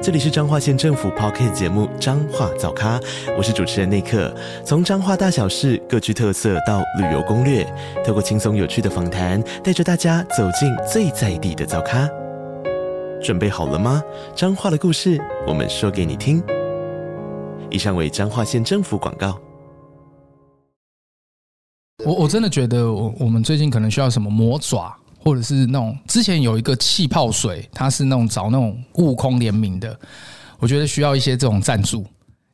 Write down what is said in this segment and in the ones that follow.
这里是彰化县政府 p o c k t 节目《彰化早咖》，我是主持人内克。从彰化大小事各具特色到旅游攻略，透过轻松有趣的访谈，带着大家走进最在地的早咖。准备好了吗？彰化的故事，我们说给你听。以上为彰化县政府广告。我我真的觉得我我们最近可能需要什么魔爪，或者是那种之前有一个气泡水，它是那种找那种悟空联名的，我觉得需要一些这种赞助，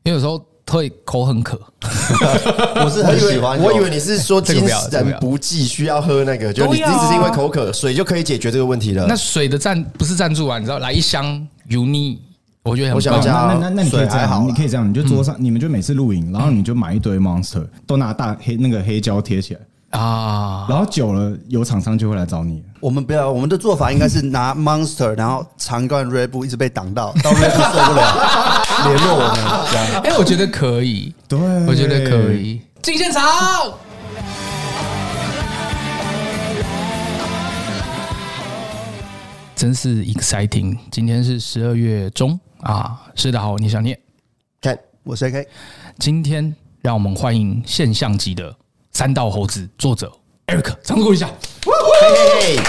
因为有时候会口很渴， 我是我很以喜为欢有，我以为你是说这个精不要这个不神要不济需要喝那个，就你都你要啊只是因为口渴，水就可以解决这个问题了。那水的赞不是赞助啊，你知道来一箱 uni，我觉得很我想一棒下。哦那那那那你可以这水还好样，啦你可以这样，你就桌上，嗯你们就每次露营，然后你就买一堆 Monster，都拿大黑那个黑胶贴起来，啊，然后久了有厂商就会来找你。我们不要，我们的做法应该是拿 Monster，然后长罐 Red Bull 一直被挡 到，到 Red Bull 受不了，联络我们这样。哎、我觉得可以，对，我觉得可。以。进现场，真是 exciting！今天是十二月中啊，是的，好，你想念。看我是 AK，今天让我们欢迎现象级的三道猴子，作者 Eric，掌声鼓励一下。嘿嘿嘿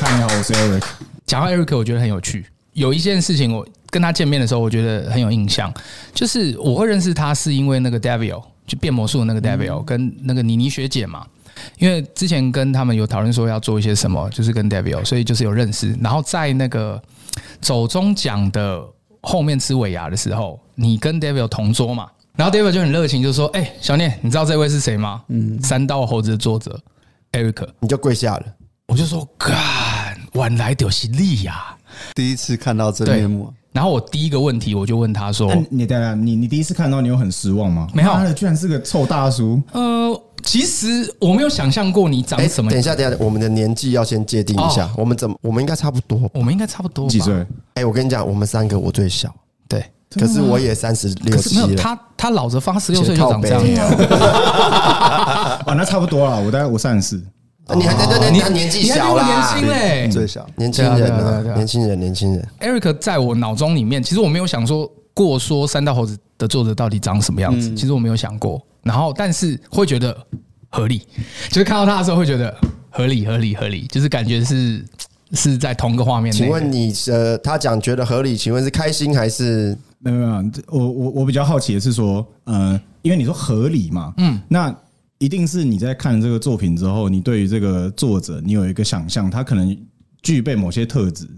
嗨，你好，我是 Eric。讲到 Eric，我觉得很有趣。有一件事情，我跟他见面的时候，我觉得很有印象，就是我会认识他是因为那个 Devil，就变魔术的那个 Devil，、跟那个妮妮学姐嘛。因为之前跟他们有讨论说要做一些什么，就是跟 Devil，所以就是有认识。然后在那个走中奖的后面吃尾牙的时候，你跟 Devil 同桌嘛，然后 Devil 就很热情，就说：“哎、小念，你知道这位是谁吗？嗯，三道猴子的作者 Eric。”你就跪下了。我就说：“干，晚来丢犀利呀、第一次看到真对面目，啊然后我第一个问题我就问他说那：“啊你等一下，你你第一次看到，你有很失望吗？没有妈的，居然是个臭大叔。呃，其实我没有想象过你长哎，啊什么。等一下，等一下，我们的年纪要先界定一下哦，我们怎么？我们应该差不多。我们应该差不多吧几？岁？哎，我跟你讲，我们三个我最小，对，可是我也三十六可是七没有了。他，他老着发十六岁靠就长这背样。啊，那差不多了。我大概我三十四。啊你还在在在年纪你还比小我啦，年轻嘞。最小年轻人对啊对啊对啊对啊啊，年轻人，年轻人。 Eric 在我脑中里面，其实我没有想说过说三道猴子的作者到底长什么样嗯子，其实我没有想过。然后，但是会觉得合理，就是看到他的时候会觉得合理，合理，合理，就是感觉是是在同个画面内的。请问你呃，他讲觉得合理，请问是开心还是没有没有没有，这我我我比较好奇的是说，呃，因为你说合理嘛，嗯，那一定是你在看这个作品之后，你对于这个作者，你有一个想象，他可能具备某些特质，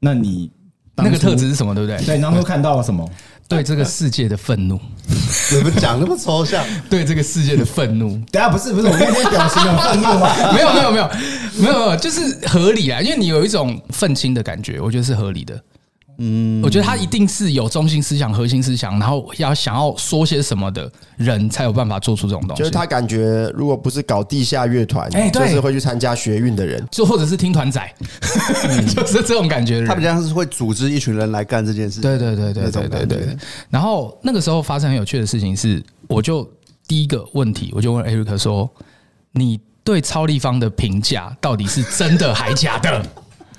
那你当那初个特质，是什么？对不对？对，你当初看到了什么？对这个世界的愤怒，你们讲那么抽象，对这个世界的愤怒。等一下不是不是，我那天表情很愤怒嘛，没有没有没有没有没有，就是合理啊，因为你有一种愤青的感觉，我觉得是合理的。嗯，我觉得他一定是有中心思想、核心思想，然后要想要说些什么的人，才有办法做出这种东西。就是他感觉，如果不是搞地下乐团哦哎，就对是会去参加学运的人。就或者是听团仔， 就是这种感觉的人。他比较像是会组织一群人来干这件事。对对对对那对种对感觉对。然后那个时候发生很有趣的事情是，我就第一个问题，我就问 Eric 说：“你对超立方的评价到底是真的还假的？”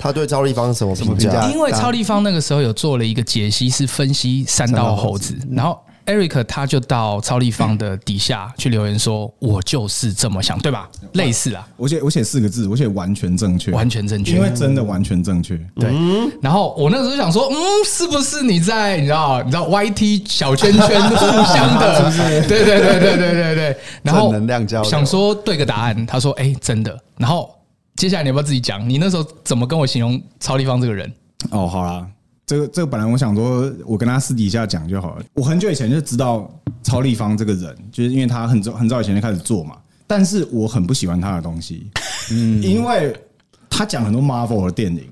他对赵立芳什么评什么评价价？因为超立方那个时候有做了一个解析，是分析三道猴子，然后 Eric 他就到超立方的底下去留言说：“我就是这么想，对吧？”类似啊，我写我写四个字，我写完全正确，完全正确因为真的完全正确。对。然后我那个时候想说，嗯，是不是你在你知道你知道 YT 小圈圈互相的，对对对对对对对。然后正能量交流想说对个答案，他说：“哎，真的。”然后接下来你要不要自己讲？你那时候怎么跟我形容超立方这个人？ 哦，好啦，这个这个本来我想说，我跟他私底下讲就好了。我很久以前就知道超立方这个人，就是因为他很早很早以前就开始做嘛，但是我很不喜欢他的东西，嗯， 因为他讲很多 Marvel 的电影，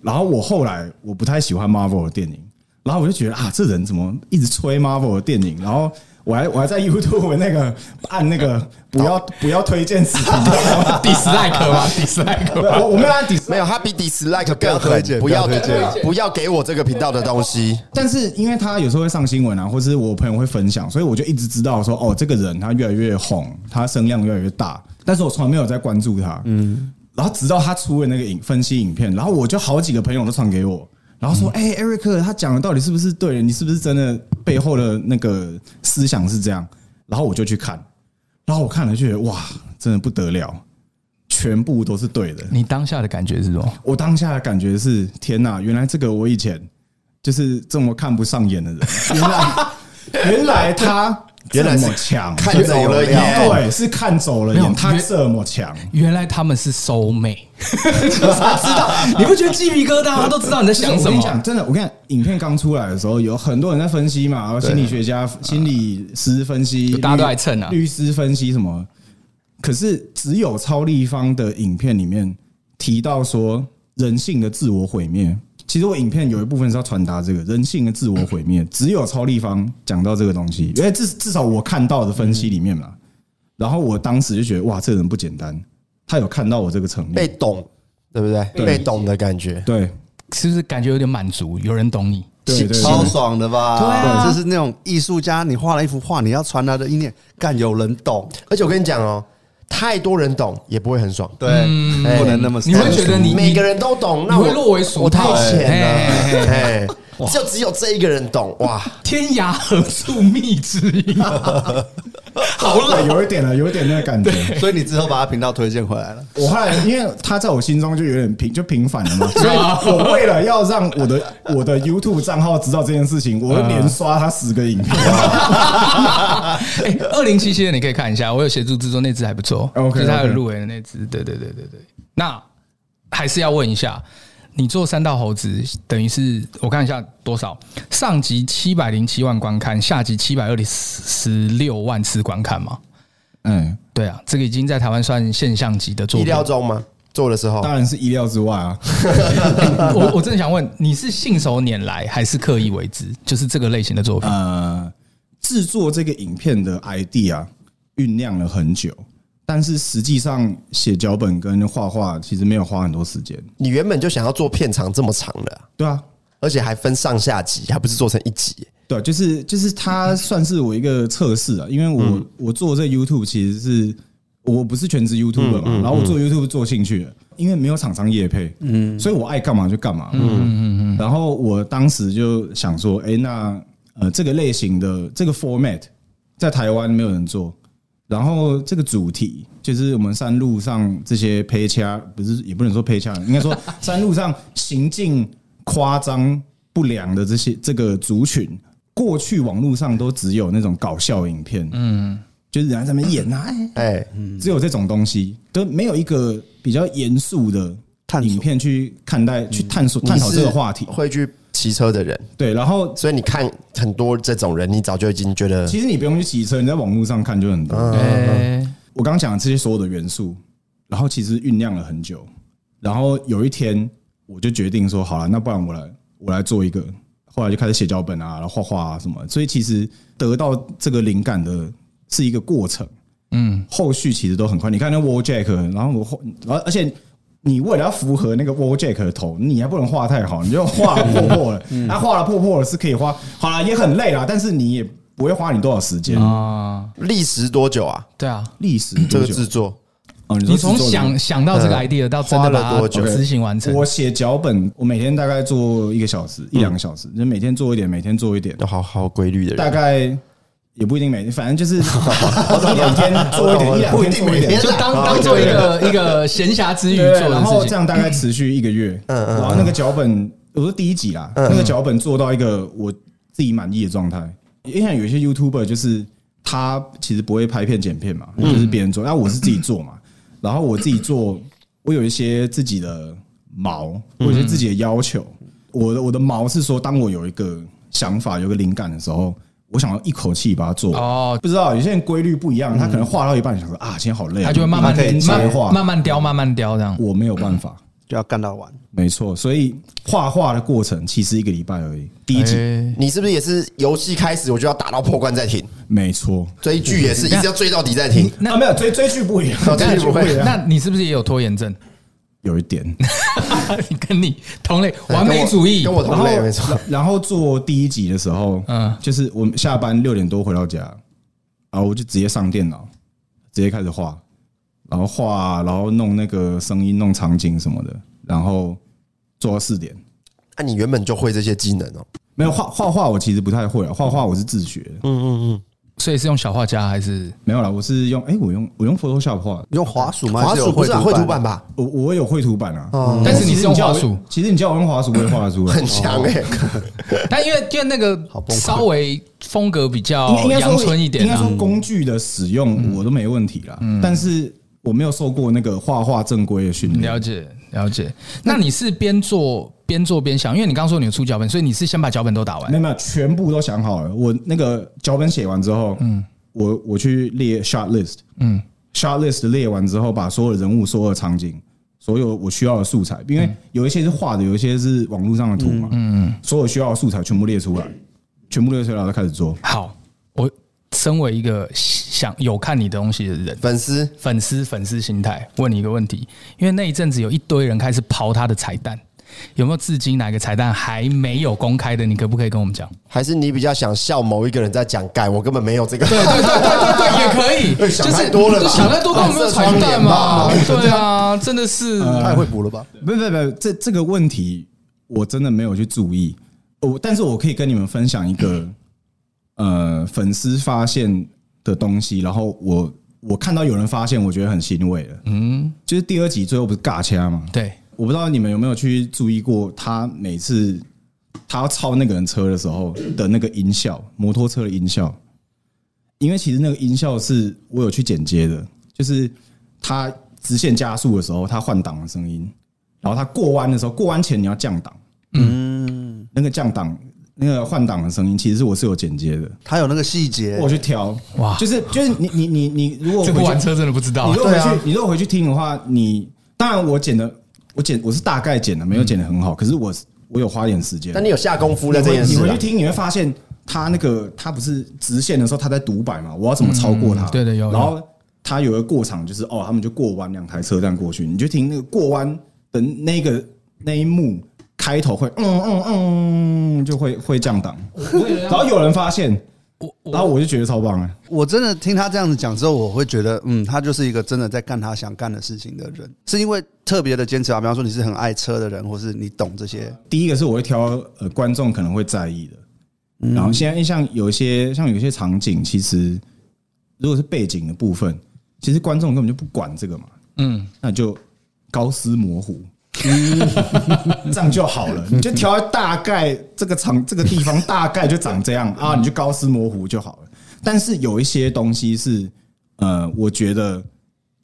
然后我后来我不太喜欢 Marvel 的电影，然后我就觉得啊，这人怎么一直吹 Marvel 的电影，然后。我还我还在 YouTube 那个按那个不要不要推荐死 dislike 吧，dislike 吧。 我我没有按 dis，没有，他比 dislike 更不要推狠荐，不要不要推荐不要给我这个频道的东西。但是因为他有时候会上新闻啊，或是我朋友会分享，所以我就一直知道说，哦，这个人他越来越红，他声量越来越大，但是我从来没有在关注他。嗯，然后直到他出了那个影分析影片，然后我就好几个朋友都传给我，然后说，哎、e r i c 他讲的到底是不是对的？你是不是真的背后的那个思想是这样？然后我就去看，然后我看了就觉得哇，真的不得了，全部都是对的。你当下的感觉是什么？我当下的感觉是：天哪，原来这个我以前就是这么看不上眼的人， 原来原来他原来是这么强，看走了眼对，是看走了没有眼，他原这么强。原来他们是收妹， 就是他知道，你不觉得鸡皮疙瘩？他都知道你在想我什跟你么 讲，。真的，我跟你讲，影片刚出来的时候，有很多人在分析嘛，然后心理学家、心理师分析，啊大家都律来蹭啊律师分析什么。可是只有超立方的影片里面提到说人性的自我毁灭。其实我影片有一部分是要传达这个人性的自我毁 灭，只有超立方讲到这个东西，因为至至少我看到的分析里面嘛。然后我当时就觉得哇，这个人不简单，他有看到我这个层面，被懂，对不对？被懂的感觉。对是不是感觉有点满足？有人懂你，对对，对超爽的吧？对啊这是那种艺术家，你画了一幅画，你要传达的意念，干有人懂，而且我跟你讲哦，太多人懂也不会很爽。对，哎不能那么嗯你会觉得你每个人都懂，那你会我落为俗我太套哎浅嘿嘿了，嘿哎，就只有这一个人懂哇。天涯何处觅知音啊？好对，冷，有一点了，有一点那个 感觉。所以你之后把他频道推荐回来了。我后来，因为他在我心中就有点平，就平凡了嘛，所以我为了要让我的我的 YouTube 账号知道这件事情，我会连刷他十个影片。哎，二零七七的你可以看一下，我有协助制作那支还不错就 OK，OK 是他有入围的那支。对对对对对。那还是要问一下，你做三道猴子，等于是我看一下多少？上集七百零七万观看，下集七百二十六万次观看嘛？嗯，对啊，这个已经在台湾算现象级的作意品。料中吗？做的时候当然是意料之外啊。 我我真的想问，你是信手拈来还是刻意为之？就是这个类型的作品，呃，制作这个影片的 idea 酝酿了很久，但是实际上写脚本跟画画其实没有花很多时间。你原本就想要做片长这么长的，对啊，而且还分上下集，还不是做成一集。对，就是就是它算是我一个测试啊，因为我、我做这 YouTube 其实是我不是全职 YouTuber 嘛，然后我做 YouTube 做兴趣的，因为没有厂商业配，嗯，所以我爱干嘛就干嘛，嗯嗯嗯，然后我当时就想说，哎、那呃这个类型的这个 format 在台湾没有人做。然后这个主题就是我们山路上这些陪掐，不是也不能说陪掐，应该说山路上行径夸张不良的这些这个族群，过去网络上都只有那种搞笑影片，嗯，就是人家在那边演啊，哎哎，只有这种东西，都没有一个比较严肃的探索影片去看待、去探索、嗯探讨这个话题你是。会去骑车的人，对，然后所以你看很多这种人，你早就已经觉得其实你不用去骑车，你在网络上看就很多。嗯哎，我刚刚讲的这些所有的元素，然后其实酝酿了很久，然后有一天我就决定说，好了，那不然我来我来做一个，后来就开始写脚本啊，然后画画啊什么，所以其实得到这个灵感的是一个过程，嗯，后续其实都很快。你看那 Wall Jack，然后我后，然后而且。你为了要符合那个 Wall Jack 的头，你还不能画太好，你就画了破破了。那画了破破了是可以画，好了也很累啦，但是你也不会花你多少时间。啊，历时多久啊？对啊，历史这多个久制作哦，你你说从制作的呃想想到这个嗯 idea 到真的花了把它多久执行完成，我写脚本，我每天大概做一个小时，一两嗯个小时，就每天做一点，每天做一点，要好好规律的大人，概也不一定每天，反正就是 一两天做一点，一两不一天定做一每点天。就当当做一个一个闲暇之余对，做然后的事这情。样大概持续一个月，然后那个脚本，我说第一集啦，那个脚本做到一个我自己满意的状态。因为有一些 YouTuber 就是他其实不会拍片剪片嘛，就是别人做，那我是自己做嘛。然后我自己做，我有一些自己的毛，我有一些自己的要求。我的我的毛是说，当我有一个想法、有一个灵感的时候，我想要一口气把它做完。哦，不知道有些人规律不一样，他可能画到一半想说啊，今天好累啊，它就会慢慢明天接慢画慢慢雕，慢慢雕这样。我没有办法，就要干到完。没错，所以画画的过程其实一个礼拜而已，第一集、哎你是不是也是游戏开始我就要打到破关再停？没错。追剧也是 一直要追到底再停。那、啊、没有追追剧不一样，追剧不一样，那你是不是啊也有拖延症？ 有一点。你跟你同类哎完美主义跟，我跟我然后同类没错。然后做第一集的时候，嗯嗯，就是我们下班六点多回到家，然后我就直接上电脑，直接开始画，然后画，然后弄那个声音、弄场景什么的，然后做到四点。那你原本就会这些技能哦，没有画画画，我其实不太会啊，画画我是自学的，所以是用小画家还是没有啦，我是用哎、我用我用 Photoshop 画的，用滑鼠吗？滑鼠不是啊还有绘绘图板？吧？我我有绘图板啊，哦但是你是用其实叫我滑鼠其实你叫我用滑鼠，我也画得出来，很强哎，但因为因为那好个崩溃稍微风格比较应该阳说春一点应该啊说，工具的使用我都没问题啦，但是我没有受过那个画画正规的训了练。解了解。那你是边做边做边想，因为你刚刚说你有出脚本，所以你是先把脚本都打没完有没有，全部都想好了。我那个脚本写完之后，嗯，我我去列 shot list，嗯，shot list 列完之后，把所有人物、所有场景、所有我需要的素材，因为有一些是画的，有一些是网络上的图嘛，嗯，所有需要的素材全部列出来，全部列出来，然后开始做。好，我身为一个想有看你的东西的人， 粉丝粉丝粉丝心态，问你一个问题，因为那一阵子有一堆人开始刨他的彩蛋，有没有至今哪个彩蛋还没有公开的？你可不可以跟我们讲？还是你比较想笑某一个人在讲盖，我根本没有这个。 对对对对对，也可以，哎想太多了吧就是就想太多，根啊本没有彩蛋嘛黄色。对啊，真的是太会补了吧？不不不，这这个问题我真的没有去注意。我但是我可以跟你们分享一个呃粉丝发现的东西，然后我我看到有人发现，我觉得很欣慰了。嗯，就是第二集最后不是尬掐嘛？对，我不知道你们有没有去注意过，他每次 他要超那个人车的时候的那个音效，摩托车的音效，因为其实那个音效是我有去剪接的，就是他直线加速的时候，他换挡的声音，然后他过弯的时候，过弯前你要降档，嗯，那个降档。那个换挡的声音，其实我是有剪接的，它有那个细节我有，去调，哇哇，就是就是你你你你，如果这回不去玩车真的不知道你如。果回去，对啊你如果回去听的话，你当然我剪的，我剪我是大概剪的，没有剪的很好，可是我我有花点时间。 但你有下功夫在你这回件你事回啊去。听，你会发现他那个他不是直线的时候他在独白嘛，我要怎么超过他？嗯对的有有然后他有一个过场，就是哦，他们就过弯，两台车这样过去，你就听那个过弯的那个那一幕开头会嗯嗯嗯，就会会降档。啊然后有人发现，然后我就觉得超棒啊！我真的听他这样子讲之后，我会觉得，嗯，他就是一个真的在干他想干的事情的人，是因为特别的坚持啊。比方说你是很爱车的人，或是你懂这些，第一个是我会挑呃观众可能会在意的，然后现在像有一些像有一些场景，其实如果是背景的部分，其实观众根本就不管这个嘛，嗯，那就高斯模 糊，这样就好了，你就调大概这个场这个地方大概就长这样啊，你就高斯模糊就好了。但是有一些东西是呃，我觉得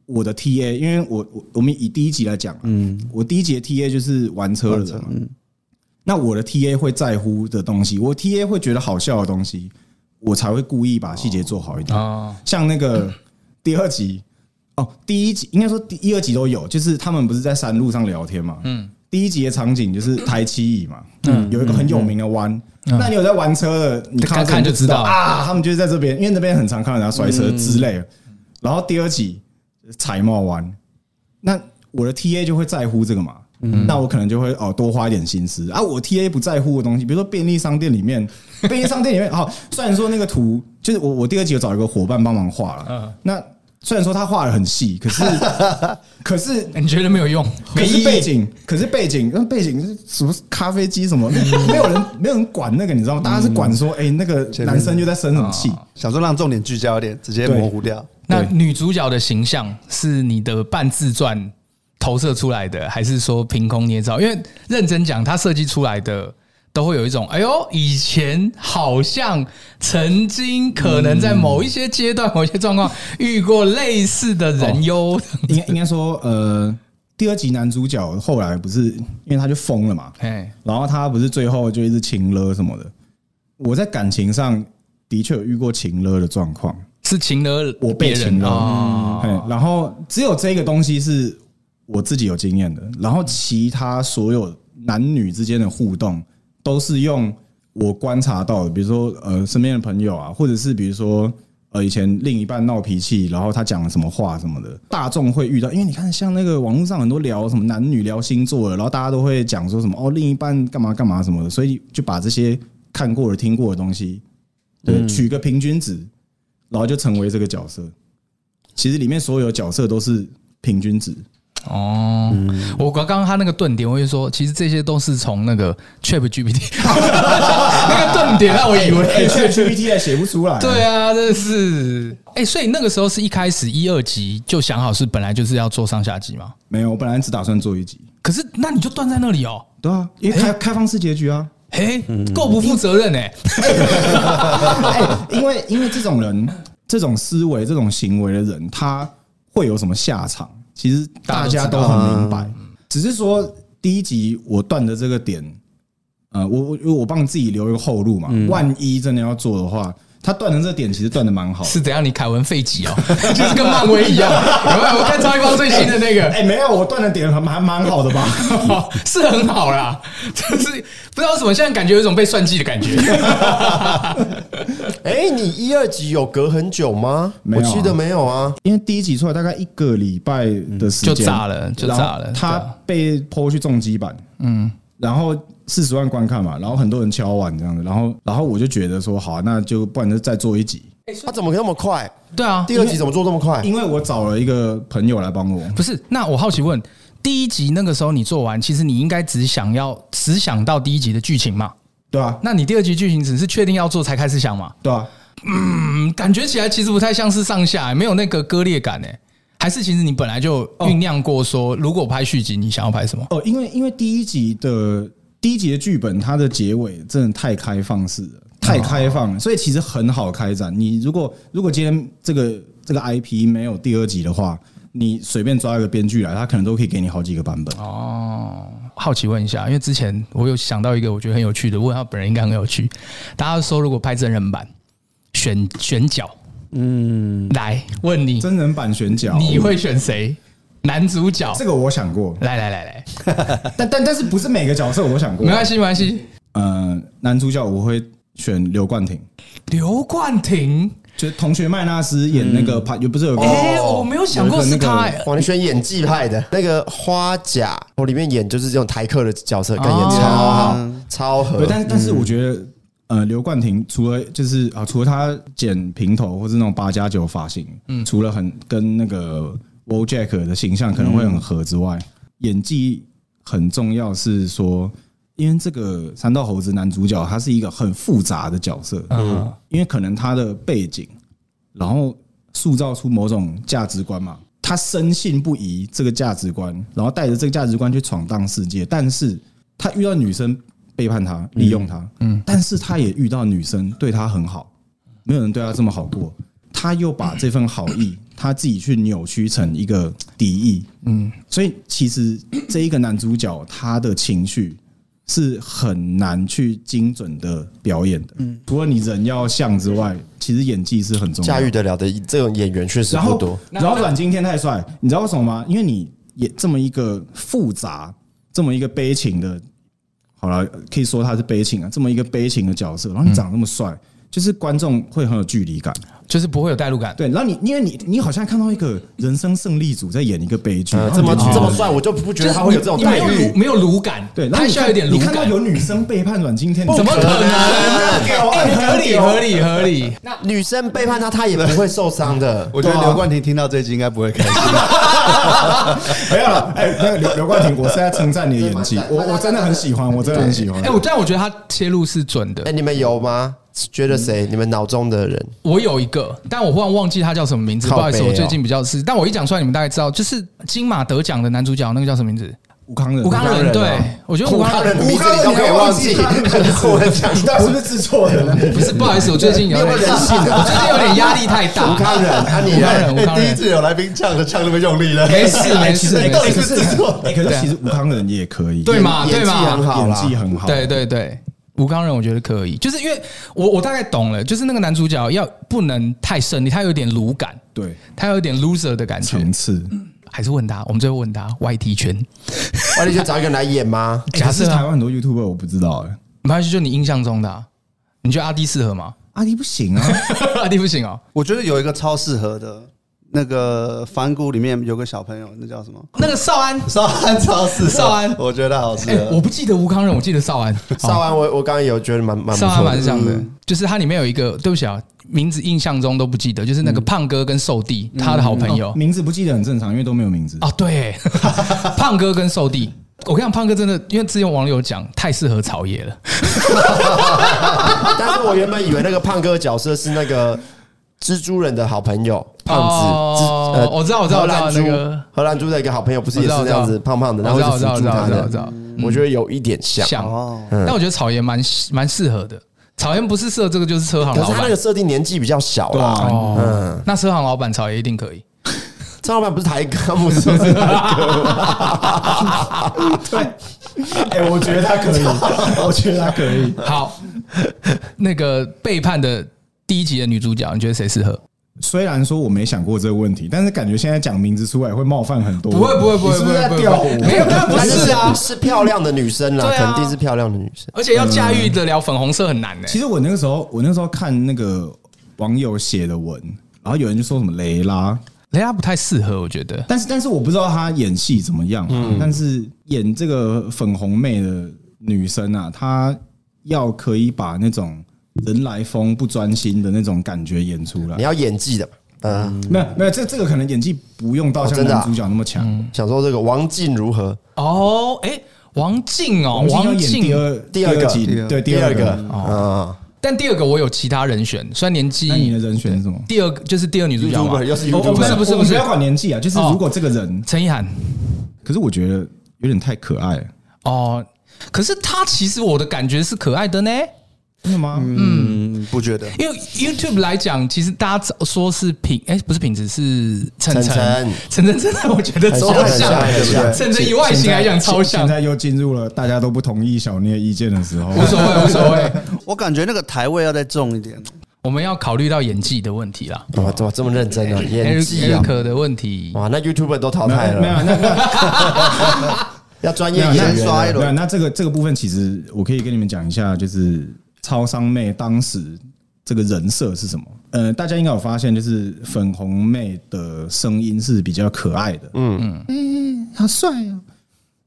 我的 TA，因为我我我们以第一集来讲，嗯，我第一集的 TA 就是玩车的人啊嘛，嗯那我的 TA 会在乎的东西，我 TA 会觉得好笑的东西，我才会故意把细节做好一点。哦，像那个第二集哦，第一集应该说第一二集都有，就是他们不是在山路上聊天嘛，嗯，第一集的场景就是台七乙嘛，嗯，有一个很有名的弯。那你有在玩车的，你看到这嗯看个就你知道嗯啊，他们就是在这边，因为那边很常看到人家摔车之类的。然后第二集才貌弯，那我的 TA 就会在乎这个嘛，那我可能就会哦多花一点心思啊。我 TA 不在乎的东西，比如说便利商店里面，便利商店里面，好，虽然说那个图就是我我第二集有找一个伙伴帮忙画了，那虽然说他画的很细，可是可是你觉得没有用？可是背景，可是背景，嗯那背景是什么咖啡机什么，没有人没有人管那个，你知道吗？大家是管说，哎，那个男生就在生什么气，想说让重点聚焦一点，直接模糊掉。那对女主角的形象是你的半自传投射出来的，还是说凭空捏造？因为认真讲，她设计出来的都会有一种，哎呦，以前好像曾经可能在某一些阶段、某一些状况遇过类似的哦人哟。 应该应该说，呃，第二集男主角后来不是因为他就疯了嘛，哎，然后他不是最后就一直情勒什么的。我在感情上的确有遇过情勒的状况，是情了我被嗯别人情勒，哦嘿然后只有这个东西是我自己有经验的，然后其他所有男女之间的互动都是用我观察到的，比如说呃身边的朋友啊，或者是比如说呃以前另一半闹脾气，然后他讲了什么话什么的，大众会遇到，因为你看像那个网络上很多聊什么男女聊星座的，然后大家都会讲说什么哦另一半干嘛干嘛什么的，所以就把这些看过的听过的东西，对，取个平均值，然后就成为这个角色。其实里面所有角色都是平均值。哦，我刚刚他那个顿点，我就说，其实这些都是从那个 Chat GPT 那个顿点让我哎以为现在 GPT 还写不出来。对，啊，真的是哎、所以那个时候是一开始一二集就想好是本来就是要做上下集嘛，没有，我本来只打算做一集。可是那你就断在那里哦，对啊，因为开开放式结局啊。嘿，够不负责任哎、哎， 因为因为这种人、这种思维、这种行为的人，他会有什么下场？其实大家都很明白，只是说第一集我断的这个点，呃，我我因为我帮自己留一个后路嘛，万一真的要做的话，他断的这个点其实断的蛮好的。是怎样？你凯文费吉哦， 就是跟漫威一样，有没有？我看超级包最新的那个，哎、没有，我断的点还蛮蛮好的吧？哦是很好啦，就是不知道为什么，现在感觉有一种被算计的感觉。 哎，你一二集有隔很久吗？没我有啊记得没有啊。因为第一集出来大概一个礼拜的时间、就炸了就炸了然后对他啊被抛去重击版，嗯，然后四十万观看嘛，然后很多人敲碗这样子，然后然后我就觉得说，好啊、那就不然就再做一集，他怎么那么快？对啊，第二集怎么做这么快？因为我找了一个朋友来帮我，不是？那我好奇问，第一集那个时候你做完，其实你应该只想要只想到第一集的剧情嘛？对啊，那你第二集剧情只是确定要做才开始想嘛？对啊，嗯，感觉起来其实不太像是上下、没有那个割裂感哎、还是其实你本来就酝酿过说，如果拍续集，你想要拍什么？哦，因为因为第一集的第一集的剧本，它的结尾真的太开放式了，太开放哦了，所以其实很好开展。你如果如果今天这个这个 IP 没有第二集的话，你随便抓一个编剧来，他可能都可以给你好几个版本。哦，好奇问一下，因为之前我有想到一个我觉得很有趣的，问他本人应该很有趣。大家说如果拍真人版，选选角，嗯，来问你，真人版选角，你会选谁？男主角？这个我想过，来来来来，但但但是不是每个角色我想过没。关系没关系。呃，男主角我会选刘冠廷，刘冠廷，就是同学麦纳斯演那个帕，也不是有个哎、我没有想过是他、哎哇，你选演技派的那个花甲，我里面演就是这种台客的角色，感哦演超啊好，超合对，。但但是我觉得，呃，刘冠廷除了就是啊，除了他剪平头或是那种八加九发型，嗯，除了很跟那个 WoJack 的形象可能会很合之外，演技很重要。是说，因为这个三道猴子男主角他是一个很复杂的角色，嗯，因为可能他的背景，然后塑造出某种价值观嘛。他深信不疑这个价值观，然后带着这个价值观去闯荡世界。但是他遇到女生背叛他、利用他，嗯，但是他也遇到女生对他很好，没有人对他这么好过。他又把这份好意，他自己去扭曲成一个敌意，嗯，所以其实这一个男主角他的情绪是很难去精准的表演的，嗯，除了你人要像之外，其实演技是很重要驾驭的。得了的这种演员确实然不后多。，然后阮经天太帅，你知道为什么吗？因为你也这么一个复杂、这么一个悲情的，好了，可以说他是悲情啊，这么一个悲情的角色，然后你长得那么帅，就是观众会很有距离感。就是不会有代入感。对，然后你因为你你好像看到一个人生胜利组在演一个悲剧，呃，然后这么你就觉得这么帅，我就不觉就是得他会有这种你待没有遇鲁。没有鲁感，对，然后他你需要看有点你鲁看到感，有女生背叛阮经天，怎么可能？哎合合理合理合理。那女生背叛他，他也不会受伤啊的。啊我觉得刘冠廷听到这一集应该不会开心。没有了？哎，那个刘刘冠廷，我是在称赞你的演技，我我真的很喜欢，我真的很喜欢哎、。我但我觉得他切入是准的哎，。你们有吗？觉得谁？你们脑中的人我有一个，但我忽然忘记他叫什么名字，不靠好意思，北哦我最近比较是，但我一讲出来，你们大概知道，就是金马得奖的男主角，那个叫什么名字？吴康仁，哦吴康仁。对，我觉得吴康仁名字你都可以忘记。我讲你到底是不是制作人？不是，不好意思，我最近有点，我最近有点压力太大。吴康仁，啊你吴康仁，呢？吴康仁， 有来宾呛的呛那么用力了，没事没哎事没事，是制作？哎，可是其实吴康仁也可以，对嘛演对技很嘛，好演啦。技很好。对对对。吴康仁，我觉得可以，就是因为我我大概懂了，就是那个男主角要不能太胜利，他有点鲁感，对，他有点 loser 的感觉层。次。还是问他，我们最后问他 YT 圈，外力就找一个人来演吗？欸可是台湾很多 YouTuber 我不知道哎，没关系，就你印象中的、啊，你觉得阿弟适合吗？ 阿迪不行啊，阿弟不行哦，我觉得有一个超适合的，那个反骨里面有个小朋友，那叫什么？那个少安，啊少安超适合，少安我觉得好适哎、合。我不记得吴康仁，我记得少安，上完我我刚刚有觉得蛮哦蛮不少安错蛮的，嗯像的，就是它里面有一个，对不起啊，名字印象中都不记得，就是那嗯个胖哥跟瘦弟，他的好朋友哦名字不记得很正常，因为都没有名字。啊，对， 胖哥跟瘦弟。我跟你讲，胖哥真的，因为之前网友讲太适合草野了，但是我原本以为那个胖哥角色是那个蜘蛛人的好朋友胖子，蜘哦呃我知道我知道荷兰我知道那个猪荷兰猪的一个好朋友，不是我也知是道这样子胖胖的，然后我知就道我辅知道我助知道我知他道我知的嗯道，我觉得有一点像。像，哦，但我觉得草原蛮蛮适合的。草原不是适合这个，就是车行可老是他嗯那板个。设定年纪比较小对啦，啊，哦，那车行老板草原一定可以。张老板不是台 哥，不是不是啊台哥吗？哎、我觉得他可以， 我觉得他可以。好，那个背叛的第一集的女主角，你觉得谁适合？虽然说我没想过这个问题，但是感觉现在讲名字出来会冒犯很多。不会不会不会你是不是在不会吊不我会？没有当然不但是啊是漂亮的女生啦，对啊肯定是漂亮的女生。而且要驾驭得了粉红色很难呢、其实我那个时候，我那时候看那个网友写的文，然后有人就说什么雷拉，雷拉不太适合，我觉得。但是但是我不知道她演戏怎么样、啊但是演这个粉红妹的女生啊，她要可以把那种人来疯不专心的那种感觉演出来你。要演技的嘛，嗯，没有没有，这这个可能演技不用到哦像真的啊男主角那么强。嗯想说这个王静如何？哦，哎、王静哦，静要王演第静。二第二个集第二对第二二个个。啊，但第二个我有其他人选，虽然年纪。那你的人选是什么？第二个就是第二女主角嘛 YouTuber，又是哦 YouTuber 不是不是我不们是不要管年纪啊，就是哦如果这个人，陈意涵。可是我觉得有点太可爱了，哦，可是她其实我的感觉是可爱的呢。真的吗？嗯，不觉得。因为 YouTube 来讲，其实大家说是品，哎、不是品质，是晨晨晨晨，晨晨真的，我觉得超很像像很的，像晨晨以外形来讲超像现，在又进入了大家都不同意小聂意见的时候，无所谓无所谓。我感觉那个台位要再重一点。我们要考虑到演技的问题啦，哇，怎么这么认真哎啊？演技啊！ Eric 的问题，哇，那 YouTuber 都淘没汰有没有了，那那要专业那演员先了刷一轮对，啊那这个这个部分其实我可以跟你们讲一下，就是超商妹当时这个人设是什么？呃，大家应该有发现，就是粉红妹的声音是比较可爱的，嗯嗯，好帅哦。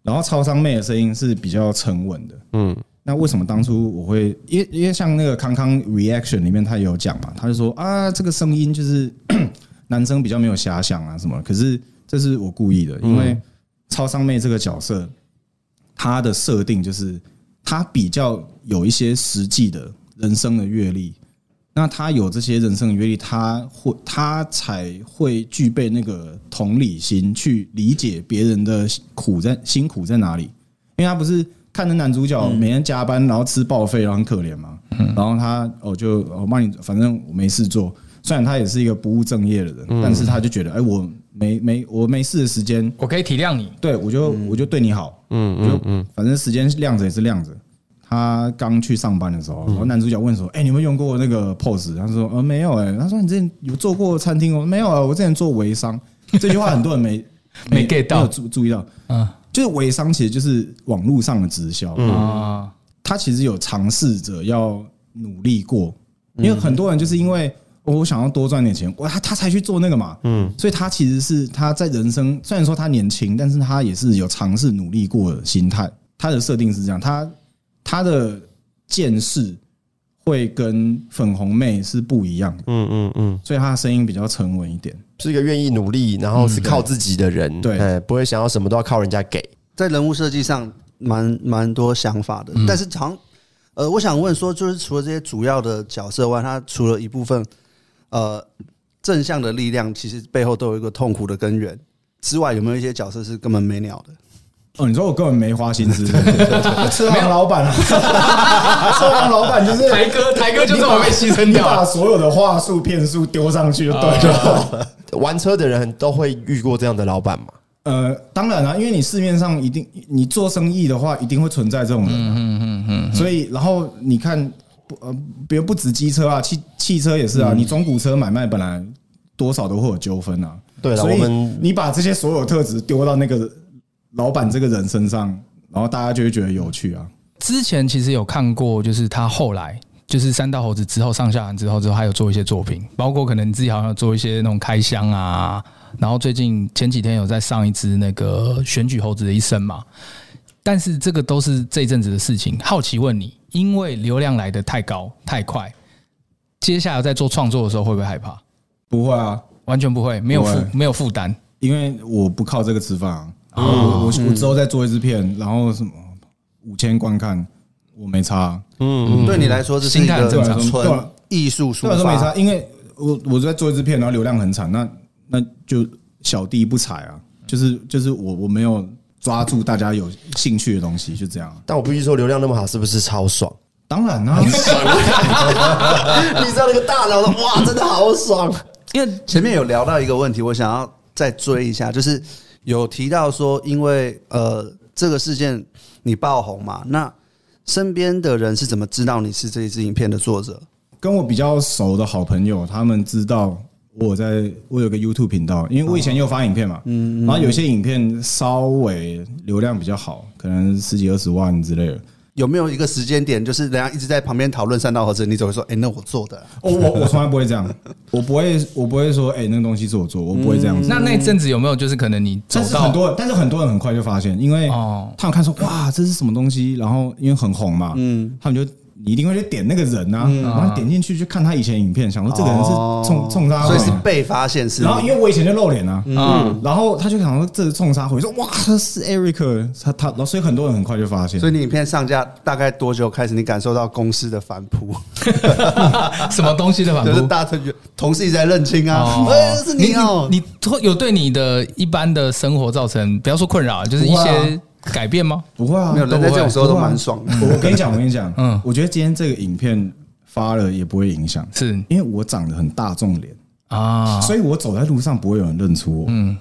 然后超商妹的声音是比较沉稳的，嗯。那为什么当初我会？因为因为像那个康康 reaction 里面他有讲嘛，他就说啊，这个声音就是 男生比较没有遐想啊什么的。可是这是我故意的，因为超商妹这个角色，她的设定就是她比较有一些实际的人生的阅历。那她有这些人生的阅历，她会她才会具备那个同理心，去理解别人的苦在辛苦在哪里。因为她不是看着男主角每天加班，然后吃报废，然后很可怜嘛。然后她哦就我帮你，反正我没事做。虽然她也是一个不务正业的人，但是她就觉得，哎，我没没我没事的时间，我可以体谅你。对我就、我就对你好，嗯嗯嗯，反正时间晾着也是晾着。他刚去上班的时候，然后男主角问说：“哎、你有没有用过那个 POS？” 他说：“呃，没有。”哎，他说：“你之前有做过餐厅哦？”没有啊，我之前做微商。 这句话很多人没没 get 到没有注注意到。嗯就是微商其实就是网络上的直销，啊，他其实有尝试着要努力过，因为很多人就是因为、哦我想要多赚点钱，我他他才去做那个嘛，嗯，所以他其实是他在人生虽然说他年轻，但是他也是有尝试努力过的心态。他的设定是这样，他他的见识会跟粉红妹是不一样的，嗯嗯嗯，所以他的声音比较沉稳一点。是一个愿意努力，然嗯后是靠自己的人，对哎不会想要什么都要靠人家给。在人物设计上蛮蛮多想法的，但是好像呃，我想问说，就是除了这些主要的角色外，它除了一部分呃正向的力量，其实背后都有一个痛苦的根源之外，有没有一些角色是根本没鸟的？哦，你说我根本没花心思， 车行老板啊，车行老板就是台 哥，台哥就这么被牺牲掉你把了。所有的话术、骗术丢上去就对了。玩车的人都会遇过这样的老板嘛？ 呃，当然啦、因为你市面上一定，你做生意的话，一定会存在这种人、嗯嗯嗯。所以，然后你看，不呃，别不止机车啊，汽汽车也是啊，你中古车买卖本来多少都会有纠纷啊。对了，所我以们你把这些所有特质丢到那个老板这个人身上，然后大家就会觉得有趣啊。之前其实有看过，就是他后来就是三道猴子之后上下完之后之后，还有做一些作品，包括可能自己好像有做一些那种开箱啊，然后最近前几天有在上一支那个选举猴子的一生嘛，但是这个都是这一阵子的事情。好奇问你，因为流量来的太高太快，接下来在做创作的时候会不会害怕？不会啊，完全不会，没有不负会没有负担。因为我不靠这个吃饭啊。我我我之后再做一支片，然后什么五千观看，我没差啊，对你来说这是一心态很个正常对纯啊艺术抒虽然说没差，发，因为我我在做一支片，然后流量很惨，那那就小弟不踩啊，就是就是我我没有抓住大家有兴趣的东西，就这样啊。但我必须说，流量那么好，是不是 超爽？当然啊啦、 你知道那个大脑的哇，真的好 爽！因为前面有聊到一个问题，我想要再追一下，就是有提到说，因为呃这个事件你爆红嘛，那身边的人是怎么知道你是这一支影片的作者？跟我比较熟的好朋友，他们知道我在我有个 YouTube 频道，因为我以前也有发影片嘛，然后有些影片稍微流量比较好，可能十几二十万之类的。有没有一个时间点，就是人家一直在旁边讨论三道盒子，你只会说，哎、那我做的啊、哦，我我从来不会这样， 我不会我不会说，哎、那个东西是我做，我不会嗯这样子。那那一阵子有没有就是可能你走但是到很多人，但是很多人很快就发现，因为哦他们看说哇，这是什么东西，然后因为很红嘛，嗯，他们就你一定会去点那个人呐、嗯然后点进去就看他以前影片，想说这个人是冲冲他，哦所以是被发现是你，啊然后因为我以前就露脸啊，嗯，然后他就想说这是冲杀回，说哇他是 Eric，他他，然后所以很多人很快就发现所，以你影片上架大概多久开始，你感受到公司的反扑？啊什么东西的反就是扑？大家同同事一直在认亲啊，哦哎、是你哦、你你有对你的一般的生活造成不要说困扰，就是一不会啊些改变吗？不会啊，没有人在这种时候都蛮爽的。我我跟你讲，我跟 你讲，嗯嗯，我觉得今天这个影片发了也不会影响，是因为我长得很大众脸，啊，所以我走在路上不会有人认出我，嗯，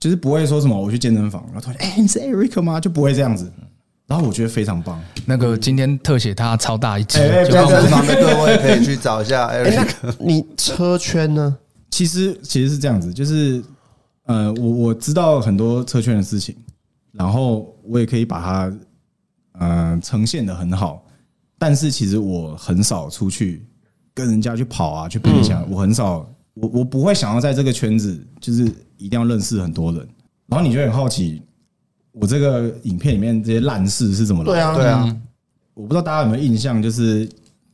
就是不会说什么我去健身房，然后突然哎、你是 Eric 吗？就不会这样子。嗯然后我觉得非常棒，那个今天特写他超大一只，哎哎就不要帮健我身房的各位可以去找一下 哎， Eric，、那你车圈呢？其实其实是这样子，就是呃，我我知道很多车圈的事情，然后我也可以把它呃呈现的很好，但是其实我很少出去跟人家去跑啊，去奔一下，我很少，我我不会想要在这个圈子，就是一定要认识很多人，然后你就会很好奇，我这个影片里面这些烂事是怎么来的？对啊，对啊，我不知道大家有没有印象，就是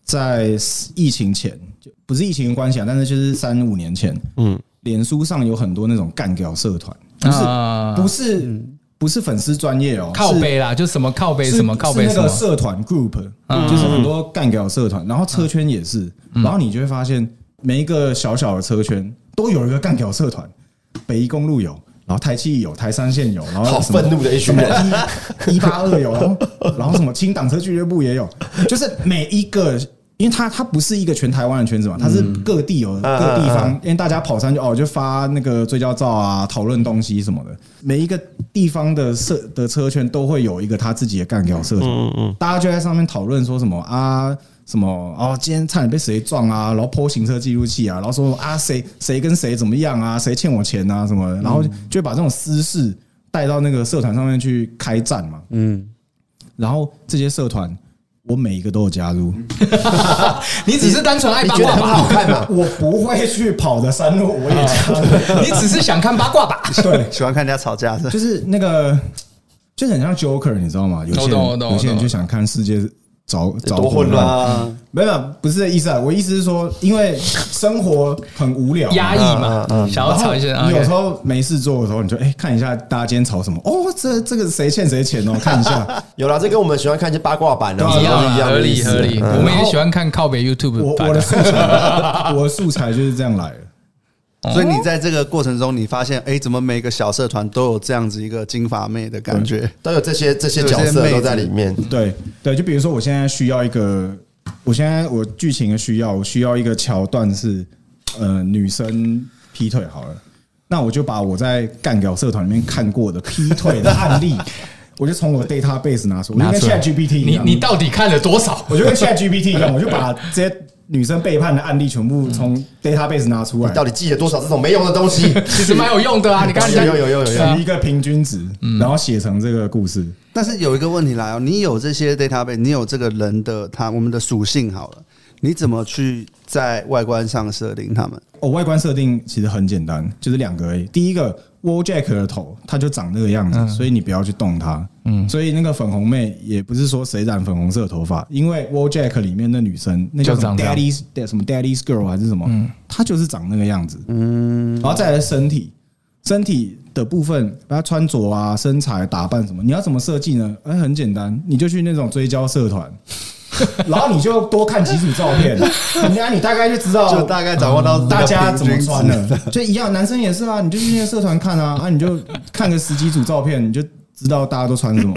在疫情前，就不是疫情的关系啊，但是就是三五年前，嗯，脸书上有很多那种干掉社团，不是、啊不是不是粉丝专业哦，靠是背啦，就什么靠背是什么靠背什是那个么，啊社团 group，、就是很多干掉社团，然后车圈也是，嗯然后你就会发现每一个小小的车圈都有一个干掉社团，北宜公路有。然后台七有，台三线有，然后好什么愤怒的一群人，一一八二有，然后然后什么青党车俱乐部也有，就是每一个，因为它它不是一个全台湾的圈子嘛，它是各地有嗯各地方，因为大家跑山就哦就发那个追焦照啊，讨论东西什么的，每一个地方的社的车圈都会有一个他自己的干掉社团，大家就在上面讨论说什么啊。什么哦？今天差点被谁撞啊？然后剖行车记录器啊，然后说啊谁谁跟谁怎么样啊？谁欠我钱啊？什么的？然嗯后就会把这种私事带到那个社团上面去开战嘛。嗯，然后这些社团，我每一个都有加入，你只是单纯爱你八觉得卦很好吧？看吗？我不会去跑的山路我也加入。你只是想看八卦吧？对，喜欢看人家吵架是吧 就是那个，就是很像 Joker，你知道吗？有些我懂我人懂有些人就想看世界找找多混乱啊，没有，没有不是这意思啊。我意思是说，因为生活很无聊嘛，压抑嘛，想要然后吵一些。你有 OK 时候没事做的时候，你就哎、看一下大家今天吵什么哦，这这个谁欠谁钱 哦，看一下。有啦，这跟我们喜欢看一些八卦版的一样一啊，样合的意理思，嗯合理。我们也喜欢看靠北 YouTube 我版我的素材， 我的素材就是这样来的。所以你在这个过程中，你发现哎、怎么每个小社团都有这样子一个金发妹的感觉？都有这些这些角色都在里面。对对，就比如说我现在需要一个，我现在我剧情的需要，我需要一个桥段是，呃，女生劈腿好了，那我就把我在干搞社团里面看过的劈腿的案 例，我就从我的 database 拿出，我就拿跟出来 Chat GPT 一你样， 你到底看了多少？我就跟 Chat GPT 一样，我就把这些女生背叛的案例全部从 database 拿出来嗯你，到底记了多少这种没用的 东西？其实蛮有用的啊！你看人家有有有有有对啊取一个平均值，嗯然后写成这个故事。但是有一个问题来哦，你有这些 database，你有这个人的他我们的属性好了，你怎么去在外观上设定他们？哦，外观设定其实很简单，就是两个而已。第一个 Wall Jack 的头，它就长那个样嗯子，所以你不要去动它。嗯，所以那个粉红妹也不是说谁染粉红色的头发，因为 Wall Jack 里面那女生那叫就什么长这样嗯 Daddy's 什么 Daddy's Girl 还是什么，她就是长那个样子。嗯，然后再来身体，身体的部分，把它穿着啊、身材、打扮什么，你要怎么设计呢？哎，很简单，你就去那种追焦 社团。然后你就多看几组照片，人家你大概就知道，就大概掌握到这个大家怎么平均值穿的， 就一样，男生也是啊，你就去那些社团看啊，啊，你就看个十几组照片，你就知道大家都穿什么。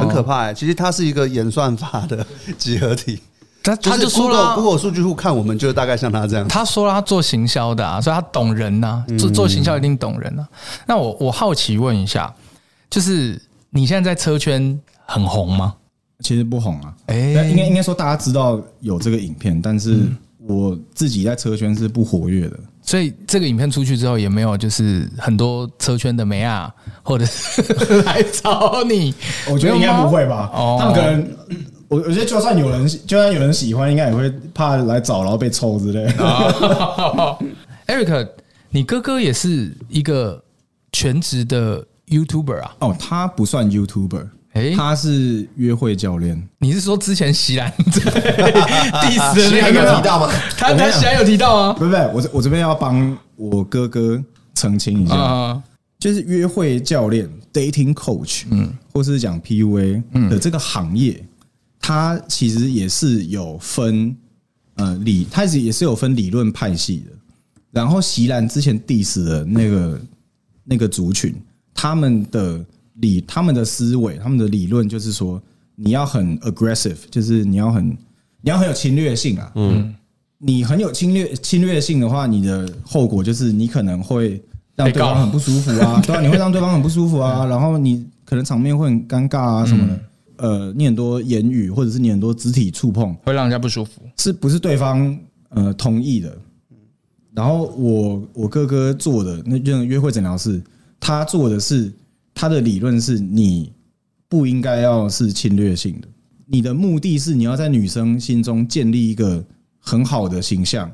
很可怕、欸。其实它是一个演算法的集合体。他他就说了 Google, 啊， Google 数据库看我们就大概像他这样。他说了他做行销的啊，所以他懂人呐、做嗯做行销一定懂人呐、那我我好奇问一下，就是你现在在车圈很红吗？ 其实不红啊，哎那应该应该说大家知道有这个影片，但是我自己在车圈是不活跃的。所以这个影片出去之后，也没有就是很多车圈的美啊，或者是来找你。我觉得应该不会吧没有吗哦？他们可能，我我觉得就算有人，就算有人喜欢，应该也会怕来找，然后被抽之类的。 Eric，你哥哥也是一个全职的 YouTuber 啊？ 哦，他不算 YouTuber，哎他是约会教练。你是说之前席兰 diss 的那有个提到吗？他他席兰有提到啊吗？不是不是，我这我这边要帮我哥哥澄清一下，啊，就是约会教练 （dating coach），嗯，或是讲 PUA 的这个行业，它其实也是有分呃理，它是也是有分理论派系的。然后席兰之前 diss 的那个那个族群，他们的理、他们的思维、他们的理论就是说，你要很 aggressive，就是你要很你要很有侵略性啊，嗯。你很有侵略侵略性的话，你的后果就是你可能会让被对告嗯方很不舒服啊， 对啊，你会让对方很不舒服啊，然后你可能场面会很尴尬啊什么的。呃，你很多言语或者是你很多肢体触碰，会让人家不舒服。是不是对方呃同意的？然后我我哥哥做的那那个约会诊疗室，他做的是他的理论是你不应该要是侵略性的，你的目的是你要在女生心中建立一个很好的形象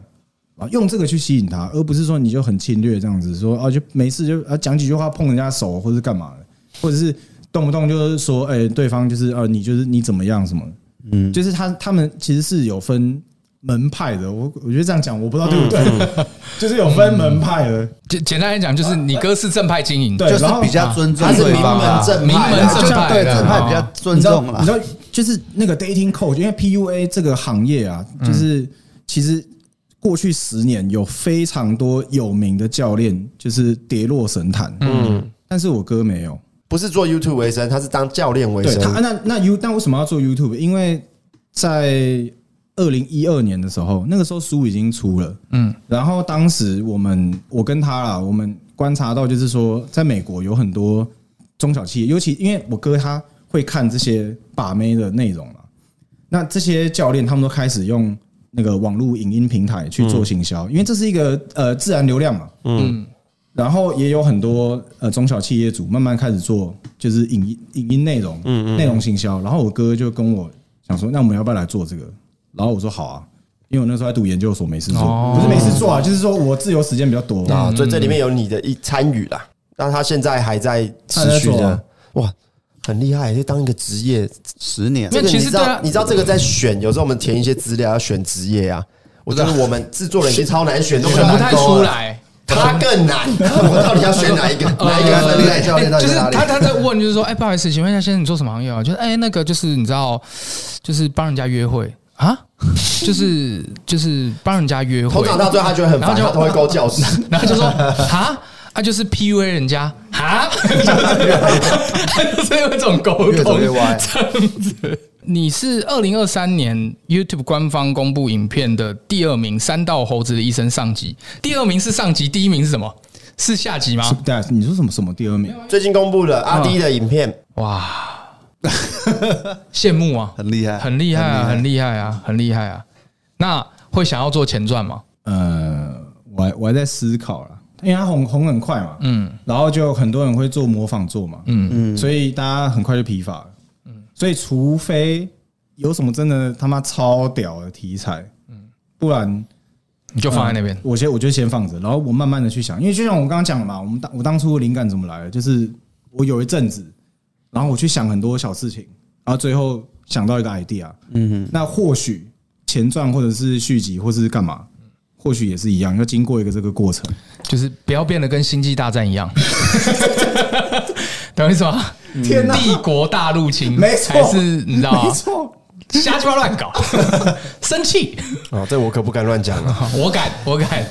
啊，用这个去吸引她，而不是说你就很侵略这样子说啊，就没事就啊讲几句话碰人家手或是干嘛的，或者是动不动就是说哎、对方就是啊你就是你怎么样什么的，嗯，就是他他们其实是有分。门派的，我我觉得这样讲我不知道对不嗯对， 就是有分门派的，简简单来讲，就是你哥是正派经营，对就是然后比较尊重他是对名方啊门，正名派门啊，正派对的正派比较你嗯尊知道，重啊你啦知。道，就是那个 dating coach，因为 PUA 这个行业啊，嗯就是其实过去十年有非常多有名的教练就是跌落神坛，嗯，但是我哥没有，不是做 YouTube 为生，他是当教练为嗯对生。他那那 You 那为什么要做 YouTube？因为在二零一二年的时候，那个时候书已经出了，嗯，然后当时我们我跟他啦，我们观察到就是说，在美国有很多中小企业，尤其因为我哥他会看这些把妹的内容嘛，那这些教练他们都开始用那个网络影音平台去做行销，因为这是一个呃自然流量嘛，嗯，然后也有很多呃中小企业主慢慢开始做，就是影音影音内容，嗯内容行销。然后我哥就跟我想说，那我们要不要来做这个？然后我说好啊，因为我那时候在读研究所，没事做，哦嗯不是没事做啊，就是说我自由时间比较多。啊，所以这里面有你的一参与啦。那他现在还在他持在续做的啊，哇，很厉害，就当一个职业。十年没这有个其实你知对啊道，你知道这个在选，有时候我们填一些资料要选职业啊。我觉得我们制作人已经超难选，都选不难太勾出了。来。他更难，我到底要选哪一个？ 哪一个呃分类？教练到底就是在哪里他他在问，就是说，哎，不好意思，请问一下先生，你做什么行业啊？就是哎，那个就是你知道，就是帮人家约会啊，就是就是帮人家约 通会，常到最后他觉得很烦，然后就他都会勾教 室。然后就说啊。啊，就是 PUA 人家啊， 就是就是有一种沟越走通越歪这样子。你是二零二三年 YouTube 官方公布影片的第二名，《三道猴子的一生》上集，第二名是上集，第一名是什么？是下集吗是？对啊，你说什么什么第二名？最近公布了啊阿 D 的影片，哇， 羡慕啊，很厉害，啊很厉害啊，很厉害啊，很厉害啊！那会想要做前传吗？呃，我还我还在思考啦，因为它红红很快嘛，嗯，然后就很多人会做模仿做嘛，嗯嗯，所以大家很快就疲乏了，嗯，所以除非有什么真的他妈超屌的题材，嗯，不然你就放在那边嗯。我先我就先放着，然后我慢慢的去想，因为就像我刚刚讲的嘛，我们当我当初灵感怎么来的，就是我有一阵子，然后我去想很多小事情，然后最后想到一个 idea，嗯，那或许前传或者是续集或是干嘛，或许也是一样，要经过一个这个过程。就是不要变得跟《星际大战》一 样，懂我意思吗？天哪帝国大入侵，嗯没错还是你知道没吗？错，瞎鸡巴乱 搞，生气，哦，这我可不敢乱讲啊。我敢，我敢。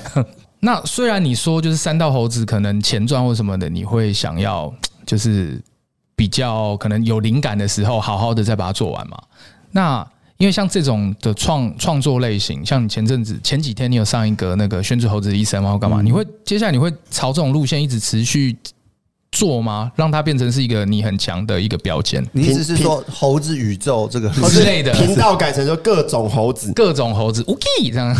那虽然你说就是三道猴子可能前传或什么的，你会想要就是比较可能有灵感的时候，好好的再把它做完嘛。那因为像这种的创创作类型，像你前阵子前几天你有上一个那个宣纸猴子的医生吗？或干嘛？你会接下来你会朝这种路线一直持续做吗？让它变成是一个你很强的一个标签你意思是说猴子宇宙这个？之类的，频道改成说各种猴 子，各种猴子 o k 这样。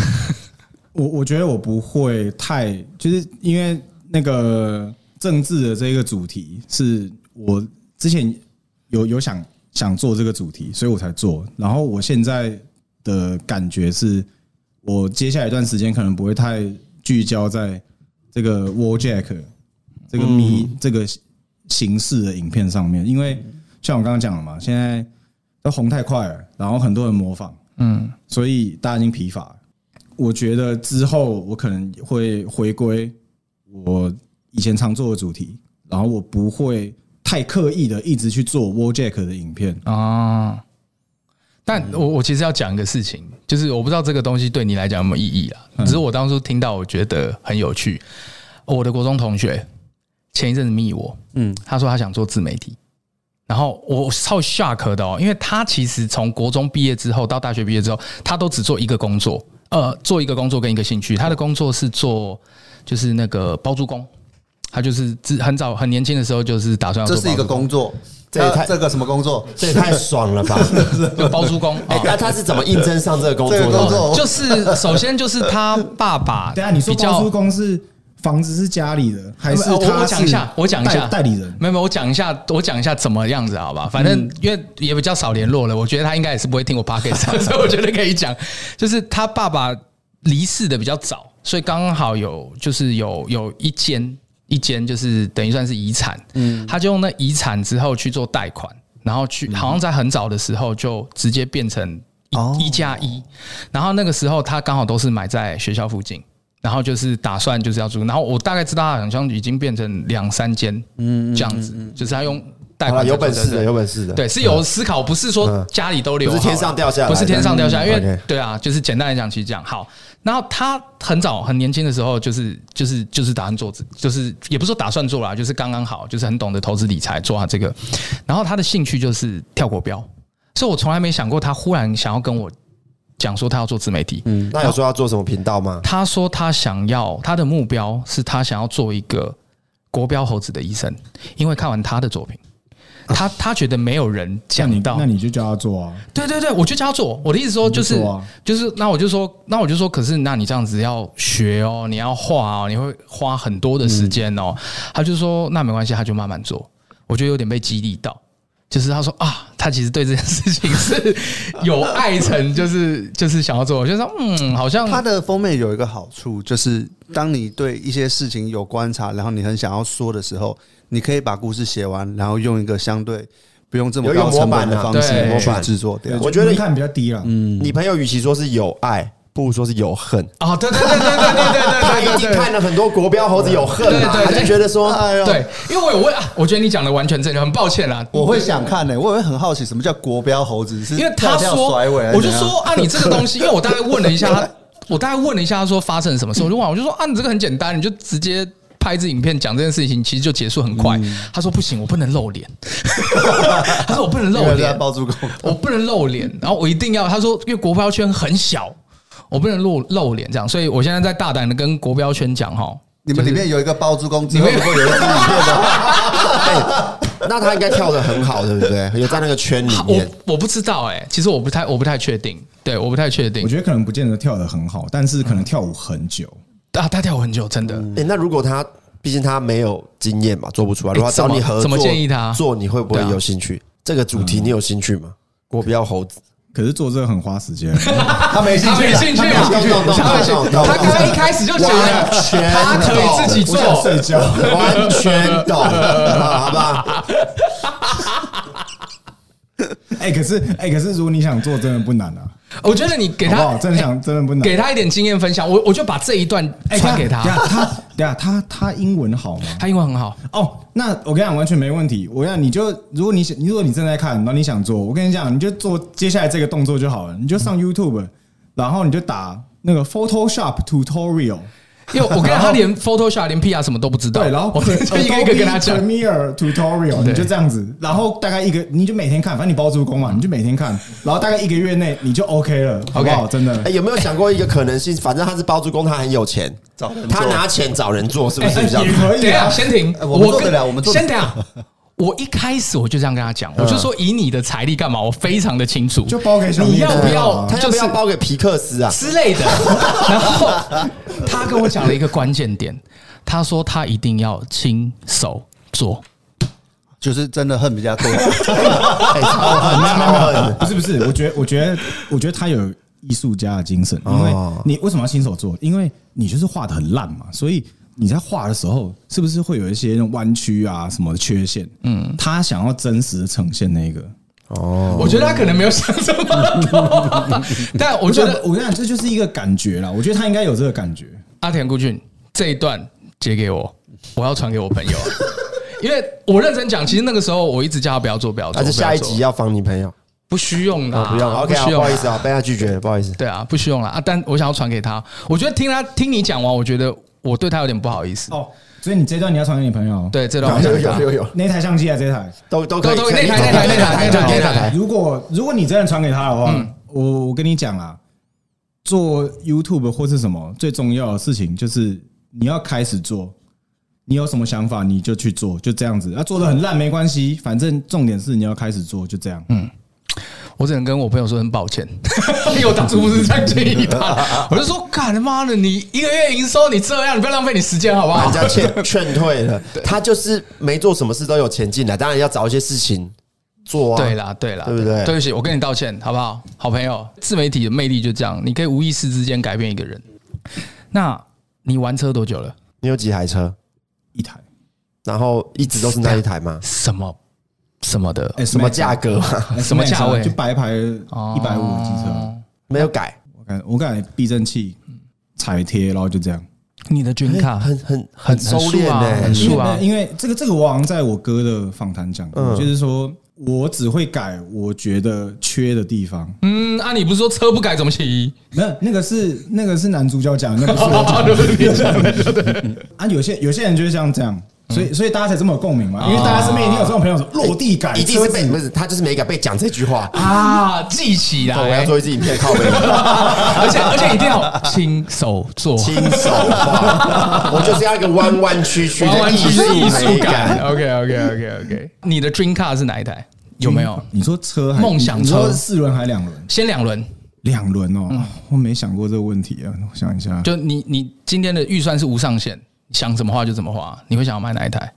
我我觉得我不会太，就是因为那个政治的这个主题是我之前有有想想做这个主题，所以我才做。然后我现在的感觉是，我接下来一段时间可能不会太聚焦在这个 War Jack 这个迷、这个形式的影片上面，因为像我刚刚讲了嘛，现在都红太快了，然后很多人模仿，嗯，所以大家已经疲乏了。我觉得之后我可能会回归我以前常做的主题，然后我不会太刻意的一直去做 w a j a c k 的影片。，哦，但我我其实要讲一个事情，就是我不知道这个东西对你来讲有没有意义嗯啦。只是我当初听到，我觉得很有趣。我的国中同学前一阵子密我，嗯，他说他想做自媒体，然后我超 shock 的哦，因为他其实从国中毕业之后到大学毕业之后，他都只做一个工作，呃，做一个工作跟一个兴趣。他的工作是做就是那个包租公，他就是自很早很年轻的时候就是打算要这做是一个包租工作，这也太那这个什么工作？这也太爽 了吧！就包租 公，哎啊，那他是怎么应征上这个工作这个工的？作就是首先就是他爸爸哦 等一下你说比较包租公是房子是家里的，还是呃我他我是讲一下，我讲一下代代理人？嗯没有没有，我讲一下，我讲一下怎么样子，好吧？反正因为也比较少联络了，我觉得他应该也是不会听我 p o c a s t 所以我觉得可以讲，就是他爸爸离世的比较早，所以刚好有就是有有一间一间就是等于算是遗产，嗯，他就用那遗产之后去做贷款，然后嗯去好像在很早的时候就直接变成一哦一加一，然后那个时候他刚好都是买在学校附近。然后就是打算就是要租，然后我大概知道他好像已经变成两三间，嗯，这样子，就是他用贷嗯好了，款啊有本事的，有本事的。对，是有思考，不是说家里都留好嗯了，不是天上掉下来的嗯不是天上掉下来，因为 OK 对啊，就是简单来讲，其实这样好。然后他很早很年轻的时候，就是就是就是打算做，就是也不是说打算做啦，就是刚刚好，就是很懂得投资理财，做他这个。然后他的兴趣就是跳国标，所以我从来没想过他忽然想要跟我讲说他要做自媒体，嗯，那有说要做什么频道吗？他说他想要他的目标是他想要做一个国标猴子的医生，因为看完他的作品，啊他他觉得没有人那你讲到那，你就叫他做啊。对对对，我就叫他做。我的意思说就是你就做啊就是，那我就说那我就说，可是那你这样子要学哦，你要画哦，你会花很多的时间哦。他就说那没关系，他就慢慢做。我觉得有点被激励到。就是他说啊，他其实对这件事情是有爱成，就是 就是想要做，我就说嗯，好像它的封面有一个好处，就是当你对一些事情有观察，然后你很想要说的时候，你可以把故事写完，然后用一个相对不用这么有一个高成本模板的啊方对式模去板制作掉。我觉得门槛比较低了。嗯，你朋友与其说是有爱，不如说是有恨。哦，对对对对对对对对对，他一定看了很多国标猴子有恨嘛，对对对他就觉得说，哎呦，对，因为我有问啊，我觉得你讲的完全正确，很抱歉啦。我会想看呢、我也会很好奇什么叫国标猴子，是因为他嗯跳说跳甩尾，还是我就怎样说啊，你这个东西，因为我大概问了一下他， 我大概问了一下，他说发生了什么事，我就问，我就说啊，你这个很简单，你就直接。拍一支影片讲这件事情，其实就结束很快。嗯他说不行，我不能露脸。 他说我不能露因为在脸，包租公，我不能露脸，然后我一定要。他说，因为国标圈很小，我不能露露脸这样，所以我现在在大胆的跟国标圈讲哈，你们里面有一个包租公，之 你后会如果有一只影片的话，那他应该跳的很好，对不对？有在那个圈里我面，我不知道哎、其实我不太我不太确定，对，我不太确定我。觉得可能不见得跳得很好，但是可能跳舞很久。啊，他跳很久，真的。哎、那如果他毕竟他没有经验嘛，做不出来。如果诶他怎找么你合作，怎么建议他做？你会不会对啊嗯有兴趣？这个主题你有兴趣吗？我不要猴子，可是做这个很花时 间，他没兴他没趣啦，兴趣他没兴趣啊，他没兴趣。懂懂懂他刚刚一开始就觉完得全他可以自己我想做，睡觉。懂， 完全懂，好吧？哎，可是哎，可是如果你想做，真的不难啊，我觉得你给好不他好？真的想，真的不难。给他一点经验分享，我我就把这一段哎，传给等下他。等下他，等下他，他英文好吗？他英文很好，哦，那我跟你讲，完全没问题。我跟你讲，你就如果你想，如果你正在看，然后你想做，我跟你讲，你就做接下来这个动作就好了。你就嗯上 YouTube，然后你就打那个 Photoshop tutorial，因为我跟他他连 Photoshop 连 PR 什么都不知道。对，然后我 哦就一个一个跟他讲 Adobe。Premiere tutorial，对你就这样子，然后大概一个，你就每天看，反正你包租公嘛，你就每天看，然后大概一个月内你就 OK 了，好不好？真的哎、。有没有想过一个可能性？反正他是包租公，他很有钱，找人做他拿钱找人做，是不哎是比较也？可等一以下，啊，先停。哎我们做跟得了我们做得先等一下。我一开始我就这样跟他讲，我就说以你的财力干嘛？我非常的清楚，就包给小你蜜要蜂不啊要？哦他要就不是要包给皮克斯 啊？之类的。 然后他跟我讲了一个关键点，他说他一定要亲手做。就是真的恨比 较多。哎超狠，超狠！ 不是不是，我觉得我觉得我觉得他有艺术家的精神，因为哦你为什么要亲手做？因为你就是画的很烂嘛，所以你在画的时候是不是会有一些那种弯曲啊什么的缺陷？嗯，他想要真实的呈现那个。哦哦我觉得他可能没有想这么多， 但我我觉觉得得我跟你讲，这就是一个感觉啦。我觉得他应该有这个感觉。阿田顾俊这一段截给我，我要传给我朋友。啊因为我认真讲，其实那个时候我一直叫他不要做，不要做，还是不要下一做集要放你朋友？哦不需用啦，不用，OK，啊需好用不啦好意思啊，被他拒绝了，不好意思。对啊，不需用了啊。但我想要传给他，我觉得听他听你讲完，我觉得我对他有点不好意思。哦，所以你这段你要传给你朋友。，对，这段我想 有给他有有有，那台相机啊，这台。都都可以。都可以那台那台那台那台那哎台如果如果你真的传给他的话，我我跟你讲啊，做 YouTube 或是什么最重要的事情就是你要开始做，你有什么想法你就去做，就这样子。啊，做的很烂没关系，反正重点是你要开始做，就这样。嗯，我只能跟我朋友说很抱歉， 因为我当初不是这样建议他，我就说，干他妈的，你一个月营收你这样，你不要浪费你时间好不把好 人？家劝劝退了，他就是没做什么事都有钱进来，当然要找一些事情做啊。对，啦，对啦，对不对对不起，我跟你道歉，好不好？好朋友，自媒体的魅力就这样，你可以无意识之间改变一个人。那你玩车多久了？你有几台车？一台。然后一直都是那一台吗？什么什么的？哎，什么价格嘛？ 什么什么价位啊就白牌一百五的机车。哦没有改，我感我感觉避震器、彩贴，然后就这样。你的军卡哎很很很收敛欸很素啊很呢。素因为啊因为这个这个我好像在我哥的访谈讲过，就是说我只会改我觉得缺的地方。嗯，啊，你不是说车不改怎么 骑？没有，那个是那个是男主角讲的，那不是我讲 的。啊，有些有些人就是像这样，所嗯以所以大家才这么有共鸣嘛，啊因为大家身边一定有这种朋友说落地感，一定是车被子不是他就是没改被讲这句话。啊，哎记起来，我要做一支影片靠背，而且而且一定要亲手做，亲手画，我就是要一个弯弯曲曲完的完艺全是艺术术美感。。OK OK OK OK，你 的 dream car 是哪一台？有没有？你说车还梦想车你说四轮还两轮？先两轮，两轮哦，我没想过这个问题啊，我想一下。嗯就你你今天的预算是无上限，想怎么花就怎么花。你会想要买哪一台？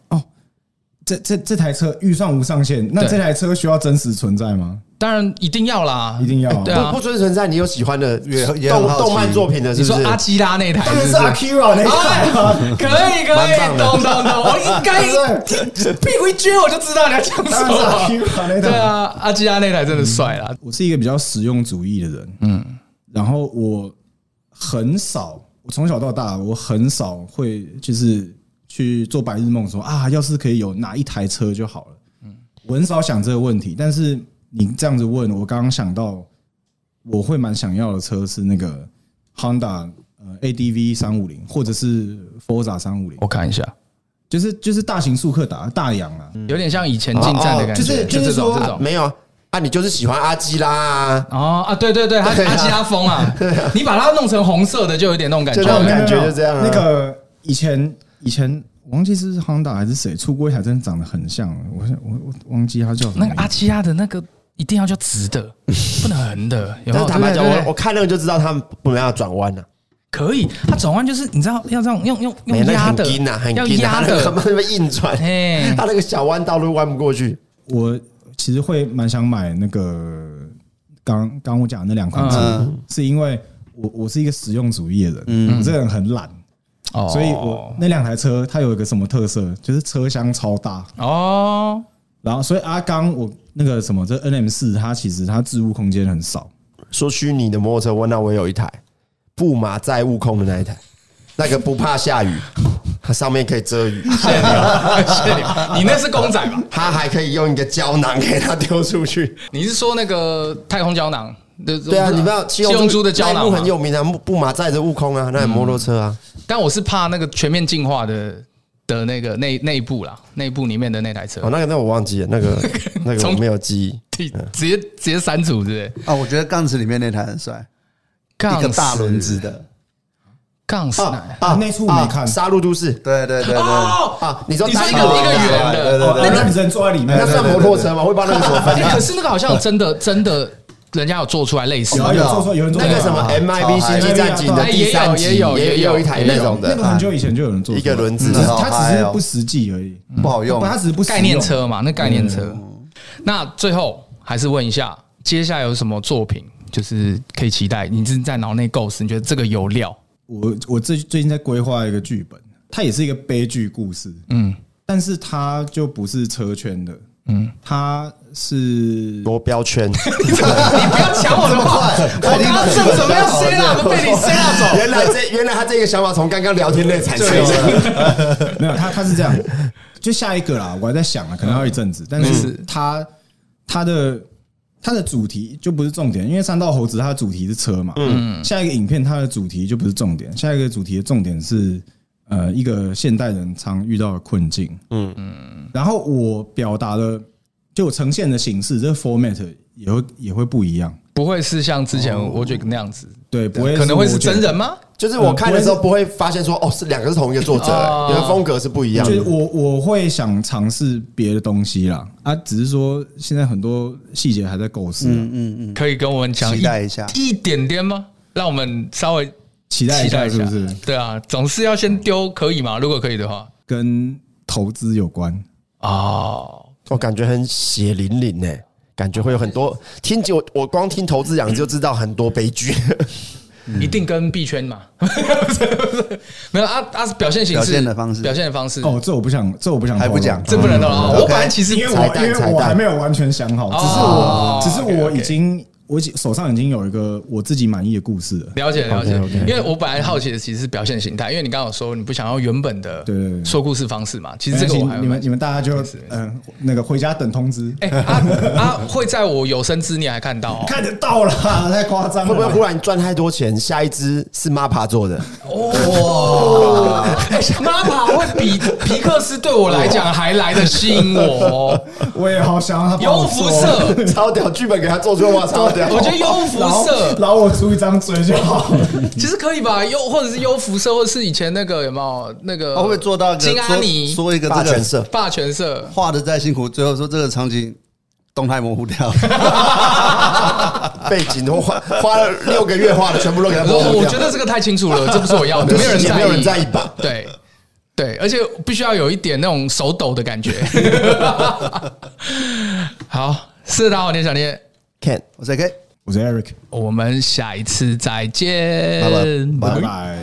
这这这台车预算无上限，那对这台车需要真实存在 吗？当然一定要啦，一定要啊对不啊不。存存在，你有喜欢的也也很动好奇动漫作品的，是你不说是？阿基拉那台当然是是不是？ Akira 那一台啊，可以可蛮以，棒的懂懂懂，我应该对屁股一撅我就知道你要讲当什然 是么。 Akira 那一 对台。啊，阿基拉那台真的帅啦，我是一个比较实用主义的人，嗯，然后我很少，我从小到大我很少会就是去做白日梦说啊，要是可以有哪一台车就好了，嗯，我很少想这个问题。但是你这样子问，我刚刚想到，我会蛮想要的车是那个 Honda 呃 ADV 三五零，或者是 Forza 三五零，我看一下，就是就是大型速克达大洋啊，有点像以前进站的感觉，哦就是就是这种说这种。没有啊，啊，你就是喜欢阿基拉啊，哦啊，对对对，他对啊阿基拉风啊，你把它弄成红色的，就有点那种感觉就。那种感觉没有没有就这样啊那个以前以前我忘记是 Honda 还是谁出过一台，真的长得很像。我我我忘记他叫什么那名个字。阿基亚的那个一定要叫直 的，不能横的。有没但有是坦白讲，哦对不对我我看那个就知道他们不能让他转弯了，可以，它转弯就是你知道要这样用用哎用那个压很的硬啊，很，要硬啊，压他那个他的，妈那边硬转，哎， 他那个小弯道路弯不过去。我其实会蛮想买那个刚刚我讲的那两款车，嗯是因为我我是一个实用主义的人，嗯我这个人很懒，哦所以我那两台车它有一个什么特色，就是车厢超大。哦，然后，所以阿刚我那个什么，这 N M 四它其实它置物空间很少，说虚拟的摩托车，我那我有一台布马载悟空的那一台，那个不怕下雨，它上面可以遮雨，谢谢你啊们，谢谢你们， 你那是公仔吧？它还可以用一个胶囊给它丢 出去。你是说那个太空胶囊？对对啊，你不要七龙珠的胶那一囊幕吗很有名啊，布马载着悟空啊，那台摩托车啊，但我是怕那个全面进化的的那个内内部啦，内部里面的那台车哦，那个那我忘记了，那个那个我没有记忆。直接直接删除，对不对？啊，我觉得杠子里面那台很帅，杠一个大死轮子的，杠死哪啊呀？啊！那处我没看啊杀戮都市对对对对，哦，啊，你知道你说单一个车一个圆对的，对哦，对那让你人坐在里面，那算摩托车吗？会把那个什么 分哎，开可？是那个好像真的真的，人家有做出来哦类似有的，啊有做出有人做那个什么啊 M I B 超星嗨际战警的哎第三集也有也有也也有有一台那种那个的，很久以前就有人做出一来个轮子只的是嗯它只是不实际而已，不好嗯用不，它只是不实用概念。车嘛，那概念车。那最后还是问一下，接下来有什么作品就是可以期待？你是在脑内构思，你觉得这个有料？我我最最近在规划一个剧本，它也是一个悲剧故事，嗯但是它就不是车圈的，嗯，它是罗标 圈，你不要抢我的话， 我刚刚正准备要 say 了，被你 say 了走。原来这原来他这个想法从刚刚聊天内产生的，啊 没有它它是这样，就下一个啦，我还在想啊，可能要一阵子，但没是事它它的。它的主题就不是重点，因为三道猴子它的主题是车嘛。嗯，下一个影片它的主题就不是重点，下一个主题的重点是呃一个现代人常遇到的困境。嗯然后我表达的就我呈现的形式，这个 format 也会也会不一样，不会是像之前我觉得那样子，对，不会可能会是哦我觉得真人吗？就是我看的时候不会发现说哦是两个是同一个作者，哦因为风格是不一样就是的。我我会想尝试别的东西啦，啊，只是说现在很多细节还在构思啊，嗯嗯嗯，可以跟我们讲期待一下一点点吗？让我们稍微期待一下是不是对啊，总是要先丢，可以吗？如果可以的话，跟投资有关？哦，我感觉很血淋淋呢、感觉会有很多听就我我光听投资两个字就知道很多 悲剧。嗯一定跟币圈嘛， 不是不是没有啊啊，表现形式、表现的方式表现的方式，哦，这我不想，这我不想还透露，不讲这不能的哦。嗯我 OK 本来其实因为彩我因蛋为彩我蛋还没有完全想好，只是哦我只是我 OK，OK 已经我已经手上已经有一个我自己满意的故事了，了解了解 OK，OK 因为我本来好奇的其实是表现形态，因为你刚刚有说你不想要原本的对对对说故事方式嘛，其实这个我还你们你们大家就没事没事嗯、那个回家等通知，哎啊啊会在我有生之年还看 到哦看得到啦，太夸张会不会了。忽然赚太多钱，下一支是 MAPA 做的？哦，妈妈会比皮克斯对我来讲还来的吸引我哦，我也好想要他帮有我辐做射， 超屌，剧本给他做出来，哇，超屌！我觉得啊有辐然后射，然后我出一张嘴就好了。 嗯其实可以吧，优或者是优辐射，或者是以前那个有没有那个？他哦会不会做到一个金阿说尼说一个霸这权个社，霸权 社？画的再辛苦，最后说这个场景动态模糊掉， 背景都花花了六个月，画的全部都给他做我掉。我觉得这个太清楚 了，这不是我要的，这没有人世界在意，没有人在意吧？对对，而且必须要有一点那种手抖的感 觉。好，是的，我念小念， Can 我 say OK，我是 Eric，我们下一次再见，拜拜拜拜。